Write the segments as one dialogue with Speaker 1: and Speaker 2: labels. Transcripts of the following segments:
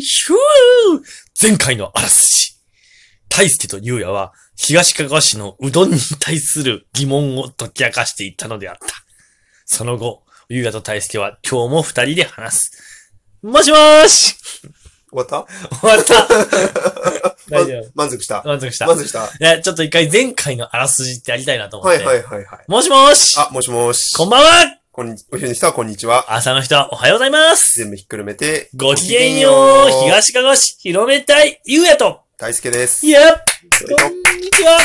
Speaker 1: シュー前回のあらすじ。大輔と優也は、東かがわ市のうどんに対する疑問を解き明かしていったのであった。その後、優也と大輔は今日も二人で話す。もしもーし
Speaker 2: 終わった
Speaker 1: 終わった大丈夫。
Speaker 2: 満足した。
Speaker 1: 満足した。
Speaker 2: 満足した。はい
Speaker 1: や、ちょっと一回前回のあらすじってやりたいなと思っ
Speaker 2: い
Speaker 1: て。
Speaker 2: はいはいはい。
Speaker 1: もしもーし
Speaker 2: あ、もしもし。
Speaker 1: こんばんは
Speaker 2: こんにちは。お昼にしたこんにちは。
Speaker 1: 朝の人はおはようございます
Speaker 2: 全部ひっくるめて。
Speaker 1: ごきげんよう東かがわ市広めたい優也と
Speaker 2: 大輔です。
Speaker 1: いや
Speaker 2: よいし
Speaker 1: こ
Speaker 2: ょ
Speaker 1: んにちは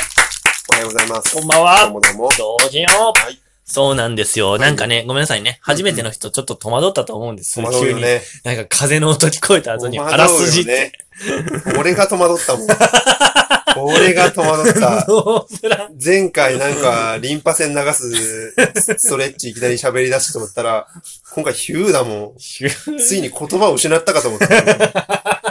Speaker 2: おはようございます。
Speaker 1: こんばんは
Speaker 2: どうもどうも。
Speaker 1: どうしよう
Speaker 2: はい
Speaker 1: そうなんですよ。なんかね、ごめんなさいね。初めての人、ちょっと戸惑ったと思うんです。
Speaker 2: 戸惑う
Speaker 1: 急
Speaker 2: よ
Speaker 1: に。
Speaker 2: ね。
Speaker 1: なんか風の音聞こえた後に、
Speaker 2: 戸
Speaker 1: あ
Speaker 2: 惑うよね
Speaker 1: らすじって。
Speaker 2: 俺が戸惑ったもん。俺が戸惑った。
Speaker 1: ノープラン
Speaker 2: 前回なんか、リンパ腺流すストレッチいきなり喋り出したと思ったら、今回ヒューだもん。ついに言葉を失ったかと思った。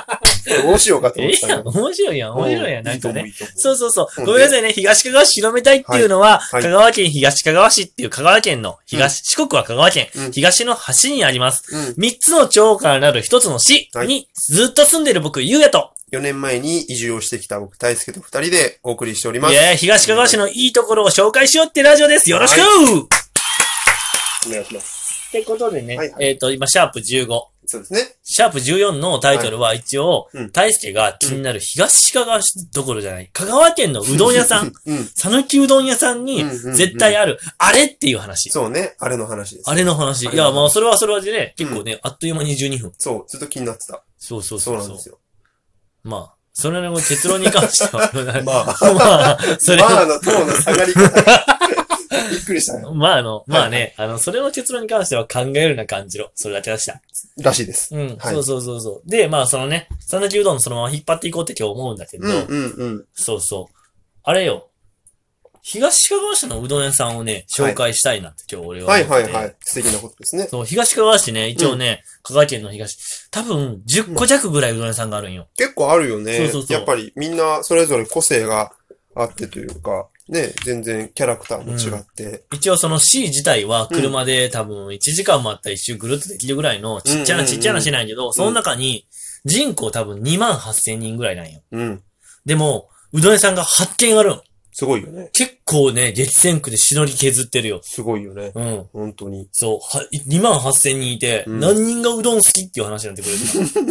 Speaker 2: どうしようかと
Speaker 1: え
Speaker 2: 思
Speaker 1: え
Speaker 2: った
Speaker 1: やん、
Speaker 2: の。
Speaker 1: 面白いやん、面白いやん、なんかね。。そうそうそうう。
Speaker 2: ん
Speaker 1: ごめんなさいね。東かがわ市広めたいっていうのは、
Speaker 2: いはい
Speaker 1: 香川県東かがわ市っていう香川県の東、四国は香川県
Speaker 2: う、ん
Speaker 1: 東の端にあります。
Speaker 2: うん。
Speaker 1: 三つの町からなる一つの市
Speaker 2: はい
Speaker 1: にずっと住んでる僕、ゆうやと、
Speaker 2: 4年前に移住をしてきた僕、大輔と2人でお送りしておりま
Speaker 1: い
Speaker 2: す。
Speaker 1: や東かがわ市のいいところを紹介しようってラジオです。よろしく、
Speaker 2: お願いします。
Speaker 1: ってことでね、
Speaker 2: はいはい
Speaker 1: えっ、と、今、シャープ15。
Speaker 2: そうですね。
Speaker 1: シャープ14のタイトルは一応
Speaker 2: うん、
Speaker 1: 大輔が気になる東かがわ市どころじゃない、香川県のうどん屋さん、
Speaker 2: うん。
Speaker 1: 讃岐うどん屋さんに
Speaker 2: うんうんうん
Speaker 1: 絶対ある、あれっていう話。
Speaker 2: そうね。あれの話です。
Speaker 1: あれの話。
Speaker 2: あ
Speaker 1: い
Speaker 2: れの
Speaker 1: や、
Speaker 2: 話
Speaker 1: まあ、それはそれはでね、結構ね、あっという間に12分。
Speaker 2: そう。ずっと気になってた。
Speaker 1: そうそう
Speaker 2: そ
Speaker 1: そうう
Speaker 2: なん
Speaker 1: そう
Speaker 2: です。よ。
Speaker 1: まあ、それの結論に関しては、 ま
Speaker 2: ま
Speaker 1: あ、
Speaker 2: あ、
Speaker 1: それ
Speaker 2: まあ
Speaker 1: は、
Speaker 2: あの、トーンの下がり方。びっくりしたよ。
Speaker 1: まあ、あの、まあ
Speaker 2: はい
Speaker 1: ね、あの、それの結論に関しては考えるな感じろ。それだけでした。
Speaker 2: らしいです。
Speaker 1: うん、
Speaker 2: はい
Speaker 1: そうそうそうそう。で、まあ、そのね、讃岐うどんそのまま引っ張っていこうって今日思うんだけど、
Speaker 2: うんうんうん。
Speaker 1: そうそう。あれよ。東かがわ市のうどん屋さんをね、紹介したいなって、今日俺は
Speaker 2: は
Speaker 1: 思
Speaker 2: い
Speaker 1: ってて。
Speaker 2: はいはい。素敵なことですね。
Speaker 1: そう、東かがわ市ね、一応ね、香川県の東、多分10個弱ぐらいうどん屋さんがあるんよ。
Speaker 2: 結構あるよね。
Speaker 1: そうそうそう
Speaker 2: やっぱりみんなそれぞれ個性があってというか、ね、全然キャラクターも違って。
Speaker 1: 一応その市自体は車で多分1時間もあったら一周ぐるっとできるぐらいのちっちゃ
Speaker 2: うんうんう
Speaker 1: なんちっちゃな市なんやけど、その中に人口多分2万8千人ぐらいなんよ。
Speaker 2: うん。
Speaker 1: でも、うどん屋さんが8軒あるん。
Speaker 2: すごいよね。
Speaker 1: 結構ね、激戦区でしのぎ削ってるよ。
Speaker 2: すごいよね。
Speaker 1: うん。
Speaker 2: 本当に。
Speaker 1: そう、は、2万8千人いて、
Speaker 2: うん
Speaker 1: 何人がうどん好きっていう話になってく れるから。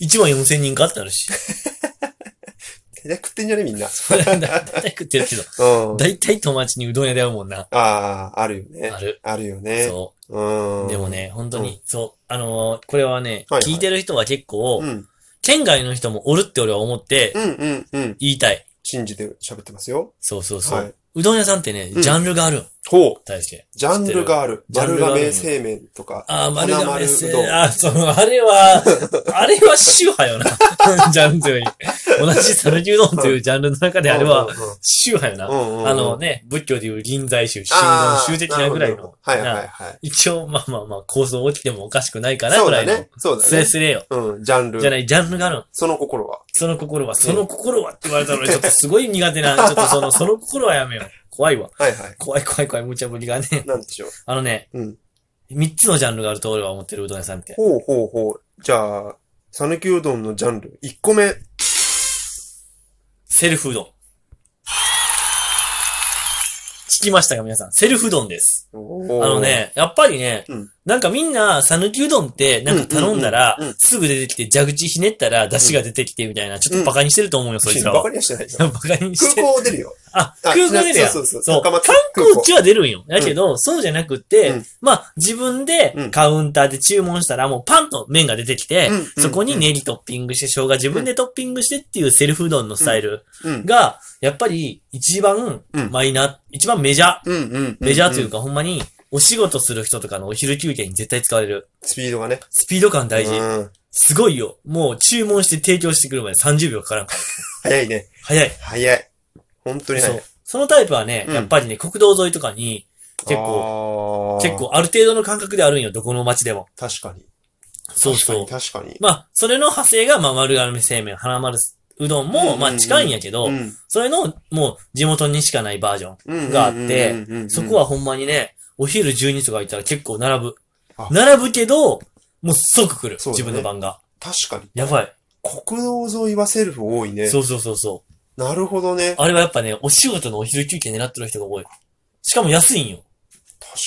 Speaker 1: 1万4千人かってなるし。
Speaker 2: 手で食ってんじゃねみんな。
Speaker 1: 大体食ってるけど、
Speaker 2: うん。
Speaker 1: 大体友達にうどん屋で会うもんな。
Speaker 2: ああ、あるよね。
Speaker 1: ある。
Speaker 2: あるよね。。
Speaker 1: そう
Speaker 2: う
Speaker 1: う。
Speaker 2: ん。
Speaker 1: でも。ね、本当
Speaker 2: う
Speaker 1: に、そう、あのーこれはね、
Speaker 2: はいはい
Speaker 1: 聞いてる人は結構、
Speaker 2: うん。
Speaker 1: 県外の人もおるって俺は思って、
Speaker 2: うんうんうん。
Speaker 1: 言いたい。
Speaker 2: 信じて喋ってますよ。
Speaker 1: そうそうそう。
Speaker 2: はい。
Speaker 1: うどん屋さんってね、
Speaker 2: うん
Speaker 1: ジャンルがある。
Speaker 2: ほう。
Speaker 1: 大輔。
Speaker 2: ジャンルがある。
Speaker 1: 知ってる
Speaker 2: 丸
Speaker 1: ジャンルがある
Speaker 2: 亀製麺とか。
Speaker 1: ああ、丸
Speaker 2: 花
Speaker 1: 亀
Speaker 2: 丸
Speaker 1: 製
Speaker 2: うどん
Speaker 1: あーその、あれは、 あれは宗派よな。 ジャンルというより。同じ讃岐うどんというジャンルの中であれは、宗派よな。
Speaker 2: うんうんうん、
Speaker 1: あのね、仏教でいう臨済宗、神言宗的なぐらいの。
Speaker 2: あーなるほどはいは
Speaker 1: ない
Speaker 2: はい。
Speaker 1: 一応、まあまあまあ、構想起きてもおかしくないかな
Speaker 2: そ
Speaker 1: ぐ
Speaker 2: う
Speaker 1: ら
Speaker 2: だ
Speaker 1: いの。
Speaker 2: ね。そうだ
Speaker 1: すれ
Speaker 2: ね。
Speaker 1: すれよ。
Speaker 2: うん、ジャンル。
Speaker 1: じゃない、ジャンルがあるの。
Speaker 2: その心は。
Speaker 1: その心は、その心はって言われたのに、ちょっとすごい苦手 な、ちょっとその、その心はやめよう。怖いわ。
Speaker 2: はいはい。
Speaker 1: 怖い怖い怖い、無茶ぶりがね。
Speaker 2: なんでしょう。
Speaker 1: あのね、
Speaker 2: うん
Speaker 1: 三つのジャンルがあると俺は思ってるうどん屋さんって。
Speaker 2: ほうほうほう。じゃあ、讃岐うどんのジャンル。1個目。
Speaker 1: セルフうどん。聞きましたか皆さん。セルフうどんです。
Speaker 2: あ
Speaker 1: あの
Speaker 2: の。
Speaker 1: ね、やっぱりね、
Speaker 2: うん
Speaker 1: なんかみんな、讃岐うどんって、なんか頼んだら
Speaker 2: うんうんうんうん、
Speaker 1: すぐ出てきて、蛇口ひねったら、出汁が出てきてみたいな、ちょっとバカにしてると思うよ、そい つら
Speaker 2: バ
Speaker 1: は
Speaker 2: カ。にはしてないよ。
Speaker 1: バカに して
Speaker 2: 空港を出るよ。
Speaker 1: あ、
Speaker 2: あ
Speaker 1: 空港出るやん。
Speaker 2: そうそうそう
Speaker 1: 観
Speaker 2: 高松
Speaker 1: 光地は出るんよ。だけど、そうじゃなくて、
Speaker 2: うん
Speaker 1: まあ、自分で
Speaker 2: うん
Speaker 1: カウンターで注文したら、もうパンと麺が出てきて、
Speaker 2: うんうん
Speaker 1: そこにネギトッピングして、生姜自分でトッピングしてっていうセルフうどんのスタイル
Speaker 2: うん。
Speaker 1: が、やっぱり一番
Speaker 2: うん
Speaker 1: マイナー、一番メジャー、
Speaker 2: うんうん。
Speaker 1: メジャーという
Speaker 2: か。
Speaker 1: か、ほんまに、お仕事する人とかのお昼休憩に絶対使われる。
Speaker 2: スピードがね。
Speaker 1: スピード感大事。
Speaker 2: うん
Speaker 1: すごいよ。もう注文して提供してくるまで30秒かからんから。
Speaker 2: 早いね。
Speaker 1: 早い。
Speaker 2: 早い。本当に
Speaker 1: そ
Speaker 2: 早
Speaker 1: う
Speaker 2: い。。
Speaker 1: そのタイプはね、
Speaker 2: うん
Speaker 1: やっぱりね、国道沿いとかに、結構、
Speaker 2: 構
Speaker 1: 結。構ある程度の感覚であるんよ、どこの街でも。
Speaker 2: 確かに。
Speaker 1: そうそう。
Speaker 2: 確かに。
Speaker 1: まあ、それの派生が、まあ、丸亀製麺、花丸うどん
Speaker 2: うんうん
Speaker 1: も、
Speaker 2: うん
Speaker 1: まあ、近いんやけど、
Speaker 2: うん
Speaker 1: それの、もう、地元にしかないバージョン。
Speaker 2: うん
Speaker 1: があって
Speaker 2: うんうんうんうん
Speaker 1: そこはほんまにね、お昼12とか行ったら結構並ぶ
Speaker 2: あ。
Speaker 1: 並ぶけど、もう即来る、
Speaker 2: そうだ
Speaker 1: 自
Speaker 2: ね
Speaker 1: 分の番が。
Speaker 2: 確かに。
Speaker 1: やばい。
Speaker 2: 国道沿いはセルフ多いね。
Speaker 1: そうそうそうそう。
Speaker 2: なるほどね。
Speaker 1: あれはやっぱね、お仕事のお昼休憩狙ってる人が多い。しかも安いんよ。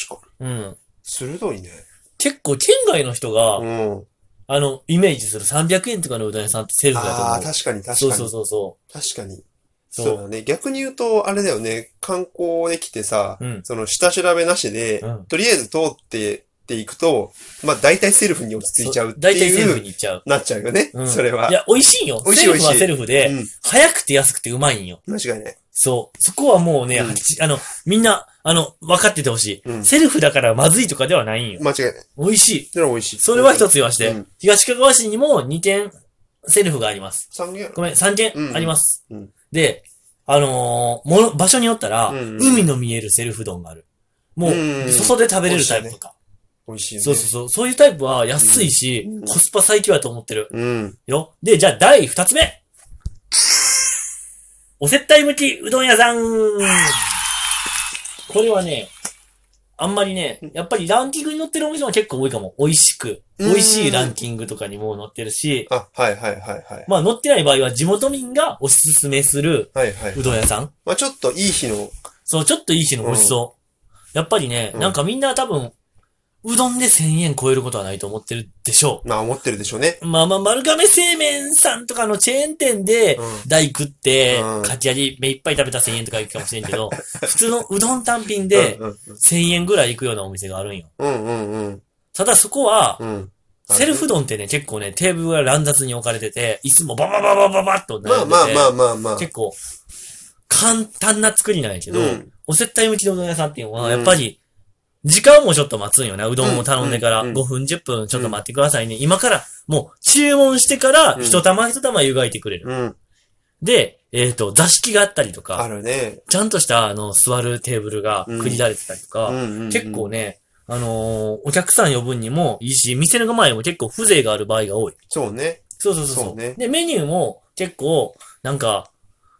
Speaker 2: 確かに。
Speaker 1: うん。
Speaker 2: 鋭いね。
Speaker 1: 結構県外の人が、
Speaker 2: うん。
Speaker 1: あの、イメージする300円とかのうどん屋さんってセルフだと思う。
Speaker 2: ああ、確かに確かに。
Speaker 1: そうそうそうそ
Speaker 2: 確かに。
Speaker 1: そう
Speaker 2: そうだね。逆に言うと、あれだよね。観光で来てさ、
Speaker 1: うん
Speaker 2: その下調べなしで、
Speaker 1: うん
Speaker 2: とりあえず通ってっていくと、まあ大体セルフに落
Speaker 1: う。
Speaker 2: ち着いちゃうって
Speaker 1: 大体セル
Speaker 2: い
Speaker 1: フ
Speaker 2: う、
Speaker 1: に行っちゃう。
Speaker 2: なっちゃうよね。
Speaker 1: うん。
Speaker 2: それはい
Speaker 1: や、美味しいんよ。
Speaker 2: 美味しい
Speaker 1: セルフは
Speaker 2: 美味しい
Speaker 1: セルフで、
Speaker 2: う
Speaker 1: 早くて安くてうまいんよ。
Speaker 2: ん。間違いない。
Speaker 1: そう。そこはもうね、
Speaker 2: うん
Speaker 1: ちあの、みんな、あの、分かっててほしい、
Speaker 2: うん
Speaker 1: セルフだからまずいとかではないんよ。
Speaker 2: 間違いない。
Speaker 1: 美味しい。
Speaker 2: それは美味しい。
Speaker 1: それは一つ言わして、
Speaker 2: うん
Speaker 1: 東かがわ市にも2軒セルフがあります。
Speaker 2: 三軒。
Speaker 1: ごめん、3
Speaker 2: うんう
Speaker 1: 軒
Speaker 2: ん
Speaker 1: あります。
Speaker 2: うん
Speaker 1: で、あのーもの、場所によったら、
Speaker 2: うんうん
Speaker 1: 海の見えるセルフ丼がある。もう、
Speaker 2: うんうん
Speaker 1: 外で食べれるタイプとか。
Speaker 2: 美味しいよね。
Speaker 1: そうそうそう。そういうタイプは安いし、
Speaker 2: うん
Speaker 1: コスパ最強だと思ってる。
Speaker 2: うん。
Speaker 1: よ。で、じゃあ第2つ目。お接待向きうどん屋さん。これはね、あんまりね、やっぱりランキングに載ってるお店も結構多いかも。美味しく。
Speaker 2: うん
Speaker 1: 美味しいランキングとかにも載ってるし、
Speaker 2: あ、はいはいはいはい。
Speaker 1: まあ載ってない場合は地元民がおすすめする。
Speaker 2: はいはいう
Speaker 1: どん屋さん。
Speaker 2: まあちょっといい日の、
Speaker 1: そう、ちょっといい日のごちそう。やっぱりね、
Speaker 2: うん
Speaker 1: なんかみんな多分、うどんで1000円超えることはないと思ってるでしょう。
Speaker 2: まあ思ってるでしょうね。
Speaker 1: まあまあ、丸亀製麺さんとかのチェーン店で
Speaker 2: う、ん
Speaker 1: 大食って
Speaker 2: うん、
Speaker 1: かき揚げ目いっぱい食べた1000円とか行くかもしれんけ ど、普通のうどん単品で
Speaker 2: うん
Speaker 1: 1000円ぐらい行くようなお店があるんよ。
Speaker 2: うんうんうん
Speaker 1: ただそこは、
Speaker 2: うん。うん
Speaker 1: セルフ丼ってね、結構ね、テーブルが乱雑に置かれてて、いつもババババババッと並
Speaker 2: まあ
Speaker 1: ん
Speaker 2: まあ
Speaker 1: で
Speaker 2: ま
Speaker 1: て、
Speaker 2: あまあまあ。
Speaker 1: 結構、簡単な作りなんやけど
Speaker 2: うん、
Speaker 1: お接待向きのうどん屋さんっていうのは、
Speaker 2: うん
Speaker 1: やっぱり、時間もちょっと待つんよな。うどんを頼んでから
Speaker 2: うんう
Speaker 1: 5
Speaker 2: んうん
Speaker 1: 分、10分ちょっと待ってくださいね。今から、もう注文してから、一玉一玉湯がいてくれる。
Speaker 2: うん。
Speaker 1: で、えっ、と、座敷があったりと
Speaker 2: あ
Speaker 1: か、
Speaker 2: るね。
Speaker 1: ちゃんとした、あの、座るテーブルが繰りられてたりとか、結構
Speaker 2: ね。
Speaker 1: ね、あのーお客さん呼ぶにもいいし、店の前も結構風情がある場合が多い。
Speaker 2: そうね。
Speaker 1: そうそうそうそう
Speaker 2: そうね
Speaker 1: で、メニューも結構、なんか、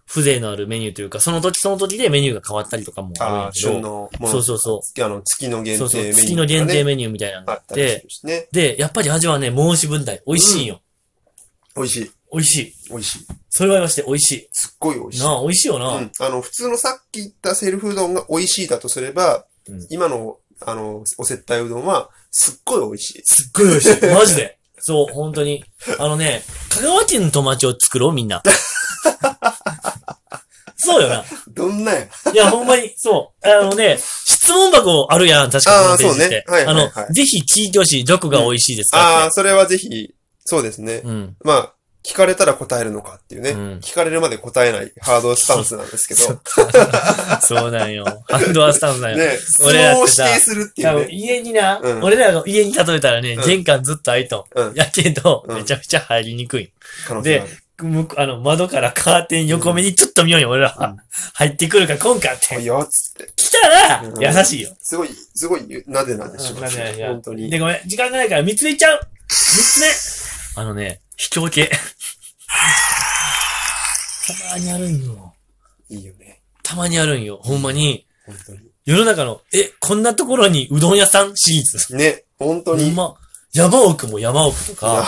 Speaker 1: 風情のあるメニューというか、その時その時でメニューが変わったりとかもあるん
Speaker 2: あ
Speaker 1: や
Speaker 2: あ、
Speaker 1: けど
Speaker 2: 旬のもの。
Speaker 1: そうそうそ
Speaker 2: あの、月の
Speaker 1: う。
Speaker 2: 限
Speaker 1: そ
Speaker 2: 定
Speaker 1: う
Speaker 2: メ
Speaker 1: そう。
Speaker 2: ニュー、
Speaker 1: 月の限定メニューみたいなのが
Speaker 2: あ
Speaker 1: あ
Speaker 2: っ
Speaker 1: った
Speaker 2: りす
Speaker 1: て、
Speaker 2: るしね。
Speaker 1: で、やっぱり味はね、申し分ない。美味しいんよ。
Speaker 2: 美味しい。
Speaker 1: 美味しい。
Speaker 2: 美味しい。
Speaker 1: それは言わして美味し
Speaker 2: すっごい美味
Speaker 1: い。
Speaker 2: しい。
Speaker 1: なあ、美味しいよな。
Speaker 2: うん。あの、普通のさっき言ったセルフうどんが美味しいだとすれば、
Speaker 1: うん
Speaker 2: 今の、あの、お接待うどんは、すっごい美味しい。
Speaker 1: すっごい美味しい。マジで。そう、本当に。あのね、香川県の友達を作ろう、みんな。そうよな。
Speaker 2: どんなや。
Speaker 1: いや、ほんまに、そう。あのね、質問箱あるやん、確かこのページって。
Speaker 2: あーそうねはいはいはい
Speaker 1: あの、ぜひ聞いてほしい。どこが美味しいです
Speaker 2: あ
Speaker 1: か
Speaker 2: あ、それはぜひ、そうですね
Speaker 1: っ。て。うん。
Speaker 2: まあ、聞かれたら答えるのかっていうね。
Speaker 1: うん
Speaker 2: 聞かれるまで答えないハードスタンスなんですけど。
Speaker 1: そうなんよ。ハンドアスタンスなんよ。
Speaker 2: ね、質問
Speaker 1: 俺らっ
Speaker 2: を
Speaker 1: て
Speaker 2: 指
Speaker 1: さ
Speaker 2: 定するってい
Speaker 1: 多
Speaker 2: う
Speaker 1: 分
Speaker 2: ね。
Speaker 1: 家にな、
Speaker 2: うん
Speaker 1: 俺らの家に例えたらね、
Speaker 2: うん
Speaker 1: 玄関ずっと開いとん。
Speaker 2: うん
Speaker 1: やけど、
Speaker 2: うん
Speaker 1: めちゃくちゃ入りにくい。
Speaker 2: 可能性がある
Speaker 1: 向こうあの、窓からカーテン横目にちょっと見ようよ、俺らは。入ってくるか、今回っ
Speaker 2: おい
Speaker 1: て。
Speaker 2: よっつって。
Speaker 1: 来たら
Speaker 2: う、ん
Speaker 1: 優しいよ。
Speaker 2: すごい、すごい、なでなでしま
Speaker 1: な
Speaker 2: す
Speaker 1: んでなん
Speaker 2: よ。
Speaker 1: や
Speaker 2: 本当に。
Speaker 1: で、ごめん、時間がないから見つめちゃう。見つめ。あのね、秘境系。たまにあるんよ。
Speaker 2: いいよね。
Speaker 1: たまにあるんよ。ほんまに。
Speaker 2: 本当に。
Speaker 1: 世の中の、え、こんなところにうどん屋さんシリーズ。
Speaker 2: ね、本当
Speaker 1: ほ
Speaker 2: に。
Speaker 1: んま、山奥も山奥とか、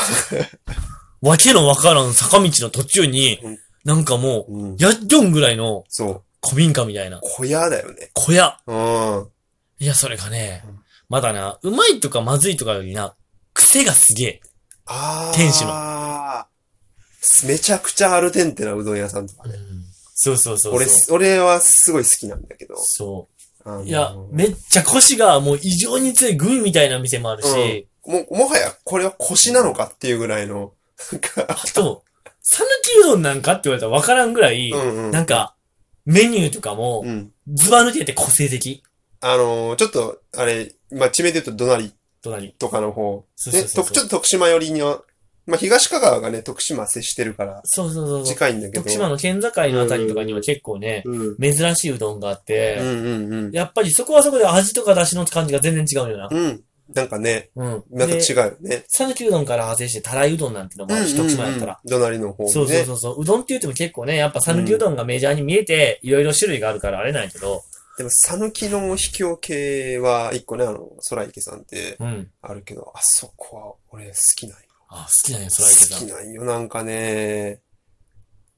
Speaker 1: わけのわからん坂道の途中に
Speaker 2: うん、
Speaker 1: なんかもう、
Speaker 2: うん、
Speaker 1: やっぎょんぐらいの
Speaker 2: そう。
Speaker 1: 古民家みたいな。
Speaker 2: 小屋だよね。
Speaker 1: 小屋。
Speaker 2: うん。
Speaker 1: いや、それがね
Speaker 2: うん、
Speaker 1: まだな、うまいとかまずいとかよりな、癖がすげえ。
Speaker 2: ああ。
Speaker 1: 天使
Speaker 2: の。めちゃくちゃアルデンテなうどん屋さんとかね。
Speaker 1: そうそうそうそう。
Speaker 2: 俺、俺はすごい好きなんだけど。
Speaker 1: そ
Speaker 2: あの
Speaker 1: う。いや、めっちゃ腰がもう異常に強いグミみたいな店もあるし、
Speaker 2: もう、もはやこれは腰なのかっていうぐらいの、なんか、
Speaker 1: あと、さぬきうどんなんかって言われたらわからんぐらい、
Speaker 2: うんうん。
Speaker 1: なんか、メニューとかも
Speaker 2: う、ん。
Speaker 1: ズバ抜けて個性的。
Speaker 2: あのーちょっと、あれ、まあ、地名で言うと、どなり
Speaker 1: 隣。
Speaker 2: とかの方。
Speaker 1: そうそう
Speaker 2: ね、
Speaker 1: そうそう
Speaker 2: とちょっと徳島寄りの、まあ、東香川がね、徳島接してるから、
Speaker 1: そうそうそうそう。
Speaker 2: 近いんだけど。
Speaker 1: 徳島の県境のあたりとかには結構ね、
Speaker 2: うん。うん
Speaker 1: 珍しいうどんがあっ
Speaker 2: う
Speaker 1: て、
Speaker 2: んうん。
Speaker 1: やっぱりそこはそこで味とか出汁の感じが全然違うよな。
Speaker 2: うん。なんかね、
Speaker 1: うん。
Speaker 2: また
Speaker 1: で
Speaker 2: 違うよね。
Speaker 1: 讃岐うどんから派生して、たらいうどんなんてのもあるし、徳島やったら。
Speaker 2: うんうんうん。隣の方もね。
Speaker 1: そうそうそうそう。うどんって言っても結構ね、やっぱ讃岐うどんがメジャーに見えて、いろいろ種類があるからあれなんやけど。
Speaker 2: でも、さぬきの秘境系は、一個ね、あの、空池さんって
Speaker 1: うん。
Speaker 2: あるけど、あそこは俺好きなんよ。
Speaker 1: あ、好きだね、そらゆけさ
Speaker 2: 好き
Speaker 1: ん。
Speaker 2: なんよ、なんかね。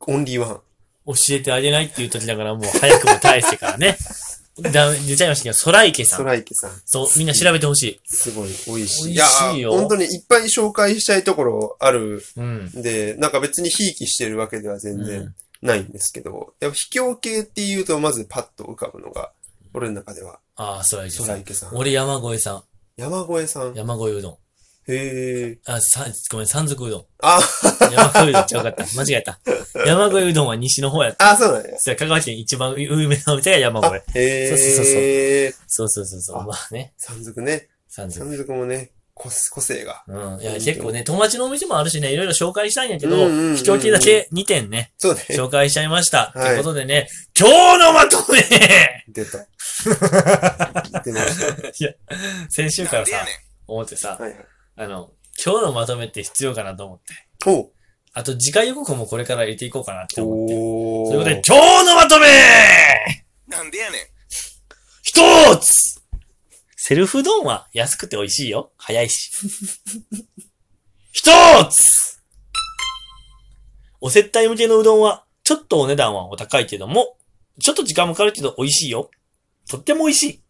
Speaker 2: オンリーワン。
Speaker 1: 教えてあげないっていう時だから、もう早くも大してからね。だ 出ちゃいましたけど、そらゆけさ
Speaker 2: そ
Speaker 1: ん。
Speaker 2: らいけさん。
Speaker 1: そう、みんな調べてほしい。
Speaker 2: すごい美味しい。
Speaker 1: 美味しいよ
Speaker 2: や、本当にいっぱい紹介したいところある
Speaker 1: うん。
Speaker 2: んで、なんか別にひいきしてるわけでは全
Speaker 1: うん
Speaker 2: 然ないんですけど、やっぱ卑怯系っていうとまずパッと浮かぶのが、俺の中では、
Speaker 1: ああ、そらゆけさ
Speaker 2: 空
Speaker 1: ん。
Speaker 2: 池さん。
Speaker 1: 俺、山越えさん。
Speaker 2: 山越えさん。へ
Speaker 1: 山越えうどん。
Speaker 2: え。
Speaker 1: あ、さ、ごめん、山賊うどん。
Speaker 2: あ、
Speaker 1: 山越えうどんちゃうかった。間違えた。山越えうどんは西の方やった。
Speaker 2: あ、そうなんや。
Speaker 1: そう、香川県一番有名なお店が山越え。
Speaker 2: あへえ。
Speaker 1: そうそうそう
Speaker 2: そう。
Speaker 1: そうそうそうそう。
Speaker 2: あ
Speaker 1: まあね、
Speaker 2: 山賊ね。
Speaker 1: 山賊。
Speaker 2: 山賊もね、個個性が。
Speaker 1: うん。いや、結構ね、友達のお店もあるしね、いろいろ紹介したいんやけど、
Speaker 2: うんうんうんうん
Speaker 1: 飛行機だけ2点ね、
Speaker 2: そうね。
Speaker 1: 紹介しちゃいました。と、
Speaker 2: は
Speaker 1: い
Speaker 2: い
Speaker 1: うことでね、今日のまとめ
Speaker 2: 出た。出ました。
Speaker 1: 先週か
Speaker 3: なん
Speaker 1: らさ
Speaker 3: でやね、
Speaker 1: 思ってさ、
Speaker 2: はいはい。
Speaker 1: あの、今日のまとめって必要かなと思って。
Speaker 2: おう
Speaker 1: あと、次回予告もこれから入れていこうかなって思って。
Speaker 2: お
Speaker 1: ということで、今日のまとめ
Speaker 3: なんでやねん。
Speaker 1: 一つセルフ丼は安くて美味しいよ。早いし。一つお接待向けのうどんは、ちょっとお値段はお高いけども、ちょっと時間もかかるけど美味しいよ。とっても美味しい。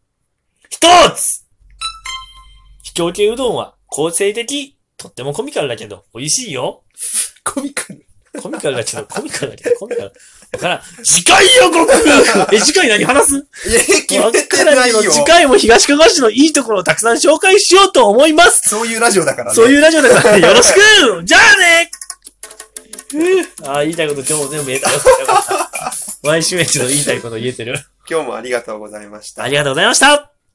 Speaker 1: 一つ秘境系うどんは構成的、とってもコミカルだけど美味しいよ。
Speaker 2: コミカル。
Speaker 1: コミカルだけど、コミカルだけど、コミカル。だから、次回予告え、次回何話す
Speaker 2: いや、決めて
Speaker 1: わから
Speaker 2: なんい
Speaker 1: け
Speaker 2: よ
Speaker 1: ど。次回も東かがわ市のいいところをたくさん紹介しようと思います。
Speaker 2: そういうラジオだからね。
Speaker 1: そういうラジオだからよろしくじゃあねふぅあー、言いたいこと今日も全部言えたよ。よかった毎週一度言いたいこと言えてる。
Speaker 2: 今日もありがとうございました
Speaker 1: あ。りがとうございました